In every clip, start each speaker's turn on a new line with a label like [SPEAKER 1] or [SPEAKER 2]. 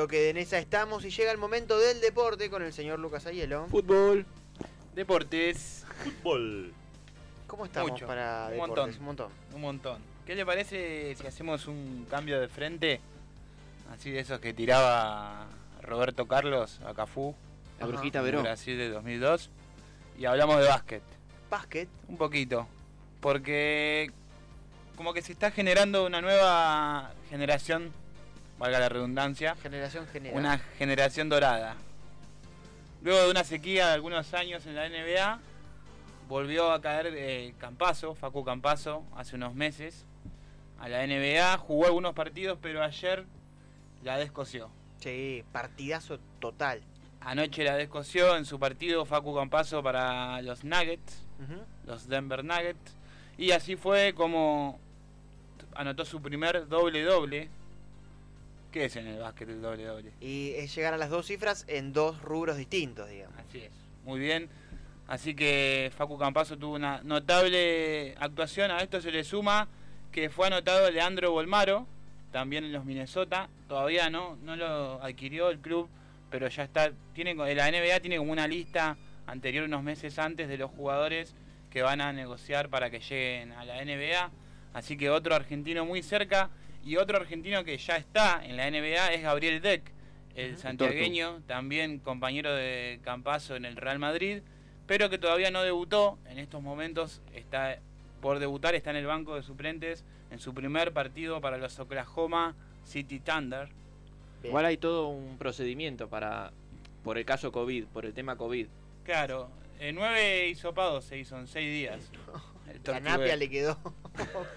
[SPEAKER 1] Creo que en esa estamos y llega el momento del deporte con el señor Lucas Ayelo.
[SPEAKER 2] Fútbol.
[SPEAKER 3] Deportes,
[SPEAKER 4] Fútbol.
[SPEAKER 1] ¿Cómo estamos
[SPEAKER 3] Mucho.
[SPEAKER 1] para
[SPEAKER 3] Un
[SPEAKER 1] deportes?
[SPEAKER 3] montón.
[SPEAKER 1] Un montón.
[SPEAKER 3] un montón. ¿Qué le parece si hacemos un cambio de frente? Así de esos que tiraba Roberto Carlos a Cafú
[SPEAKER 2] La
[SPEAKER 1] Ajá.
[SPEAKER 2] brujita
[SPEAKER 3] en
[SPEAKER 2] Verón.
[SPEAKER 3] Brasil de 2002. Y hablamos de básquet.
[SPEAKER 1] Básquet.
[SPEAKER 3] Un poquito. Porque como que se está generando una nueva generación, valga la redundancia,
[SPEAKER 1] Generación general.
[SPEAKER 3] una generación dorada. Luego de una sequía de algunos años en la NBA, volvió a caer eh, Campazo, Facu Campazo, hace unos meses a la NBA, jugó algunos partidos, pero ayer la descoció.
[SPEAKER 1] Sí, partidazo total.
[SPEAKER 3] Anoche la descoció en su partido Facu Campazo para los Nuggets,
[SPEAKER 1] Ujú.
[SPEAKER 3] los Denver Nuggets. Y así fue como anotó su primer doble-doble. ¿Qué es en el básquet el doble-doble?
[SPEAKER 1] Y es llegar a las dos cifras en dos rubros distintos, digamos.
[SPEAKER 3] Así es. Muy bien. Así que Facu Campazo tuvo una notable actuación. A esto se le suma que fue anotado Leandro Bolmaro, también en los Minnesota. Todavía no, no lo adquirió el club, pero ya está. Tiene, co- la NBA tiene como una lista anterior, unos meses antes, de los jugadores que van a negociar para que lleguen a la NBA. Así que otro argentino muy cerca. Y otro argentino que ya está en la NBA es Gabriel Deck, el
[SPEAKER 1] Ujú.
[SPEAKER 3] santiagueño, también compañero de Campazo en el Real Madrid, pero que todavía no debutó. En estos momentos está por debutar, está en el banco de suplentes en su primer partido para los Oklahoma City Thunder.
[SPEAKER 1] Bien.
[SPEAKER 2] Igual hay todo un procedimiento para. Por el caso COVID, por el tema COVID.
[SPEAKER 3] Claro, eh, nueve hisopados se hizo en seis días. El
[SPEAKER 1] La
[SPEAKER 3] Tortuguero.
[SPEAKER 1] napia le quedó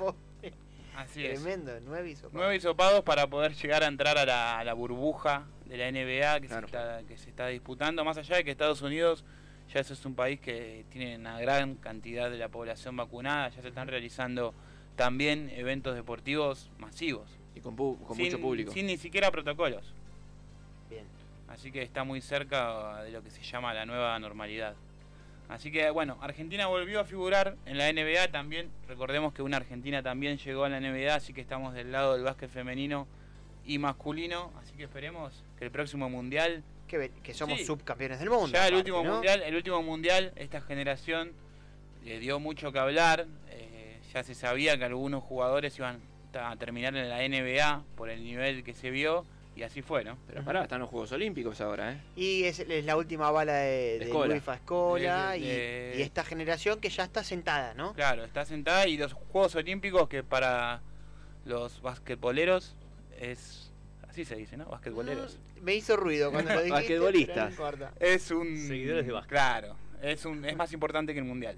[SPEAKER 3] Así es.
[SPEAKER 1] tremendo, nueve hisopados.
[SPEAKER 3] Nueve hisopados para poder llegar a entrar a la, a la burbuja de la NBA que,
[SPEAKER 2] Claro.
[SPEAKER 3] se está, que se está disputando, más allá de que Estados Unidos ya eso es un país que tiene una gran cantidad de la población vacunada, ya se están realizando también eventos deportivos masivos,
[SPEAKER 2] Y con, pu- con
[SPEAKER 3] sin,
[SPEAKER 2] mucho público.
[SPEAKER 3] sin ni siquiera protocolos,
[SPEAKER 1] Bien.
[SPEAKER 3] así que está muy cerca de lo que se llama la nueva normalidad. Así que bueno, Argentina volvió a figurar en la NBA también, recordemos que una Argentina también llegó a la NBA, así que estamos del lado del básquet femenino y masculino, así que esperemos que el próximo mundial
[SPEAKER 1] Que, ve- que somos
[SPEAKER 3] Sí.
[SPEAKER 1] subcampeones del mundo.
[SPEAKER 3] ya el
[SPEAKER 1] aparte,
[SPEAKER 3] último
[SPEAKER 1] ¿no?
[SPEAKER 3] mundial, el último mundial, esta generación le dio mucho que hablar. eh, ya se sabía que algunos jugadores iban ta- a terminar en la NBA por el nivel que se vio y así fue, ¿no?
[SPEAKER 2] Pero pará, están los Juegos Olímpicos ahora, ¿eh?
[SPEAKER 1] Y es, es la última bala de, de
[SPEAKER 2] Escola.
[SPEAKER 1] Luis Fascola
[SPEAKER 3] De-
[SPEAKER 1] y,
[SPEAKER 3] de-
[SPEAKER 1] y esta generación que ya está sentada, ¿no?
[SPEAKER 3] Claro, está sentada y los Juegos Olímpicos que para los basquetboleros es así se dice, ¿no? Basquetboleros.
[SPEAKER 1] Mm, Me hizo ruido cuando lo dijiste.
[SPEAKER 2] Basquetbolistas.
[SPEAKER 1] pero no importa.
[SPEAKER 3] Ah. Es un
[SPEAKER 4] Seguidores de básquet.
[SPEAKER 3] Claro, es un es más importante que el mundial.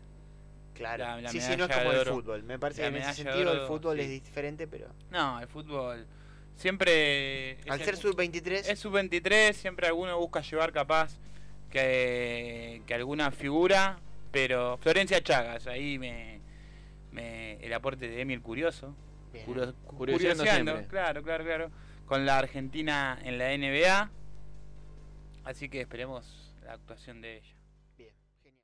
[SPEAKER 1] Claro.
[SPEAKER 3] La- la
[SPEAKER 1] sí, sí,
[SPEAKER 3] medalla
[SPEAKER 1] no es como
[SPEAKER 3] de
[SPEAKER 1] el
[SPEAKER 3] oro.
[SPEAKER 1] fútbol. Me parece
[SPEAKER 3] La
[SPEAKER 1] que en ese
[SPEAKER 3] medalla de
[SPEAKER 1] sentido el
[SPEAKER 3] oro,
[SPEAKER 1] fútbol es
[SPEAKER 3] sí.
[SPEAKER 1] diferente, pero
[SPEAKER 3] No, el fútbol siempre es
[SPEAKER 1] al
[SPEAKER 3] el-
[SPEAKER 1] ser sub-23,
[SPEAKER 3] Es sub-23, siempre alguno busca llevar capaz que, que alguna figura, pero Florencia Chagas, ahí me, me- el aporte de Emi el Curioso,
[SPEAKER 1] bien.
[SPEAKER 3] curio-
[SPEAKER 2] Curioseando siempre.
[SPEAKER 3] claro, claro, claro, con la Argentina en la NBA, así que esperemos la actuación de ella.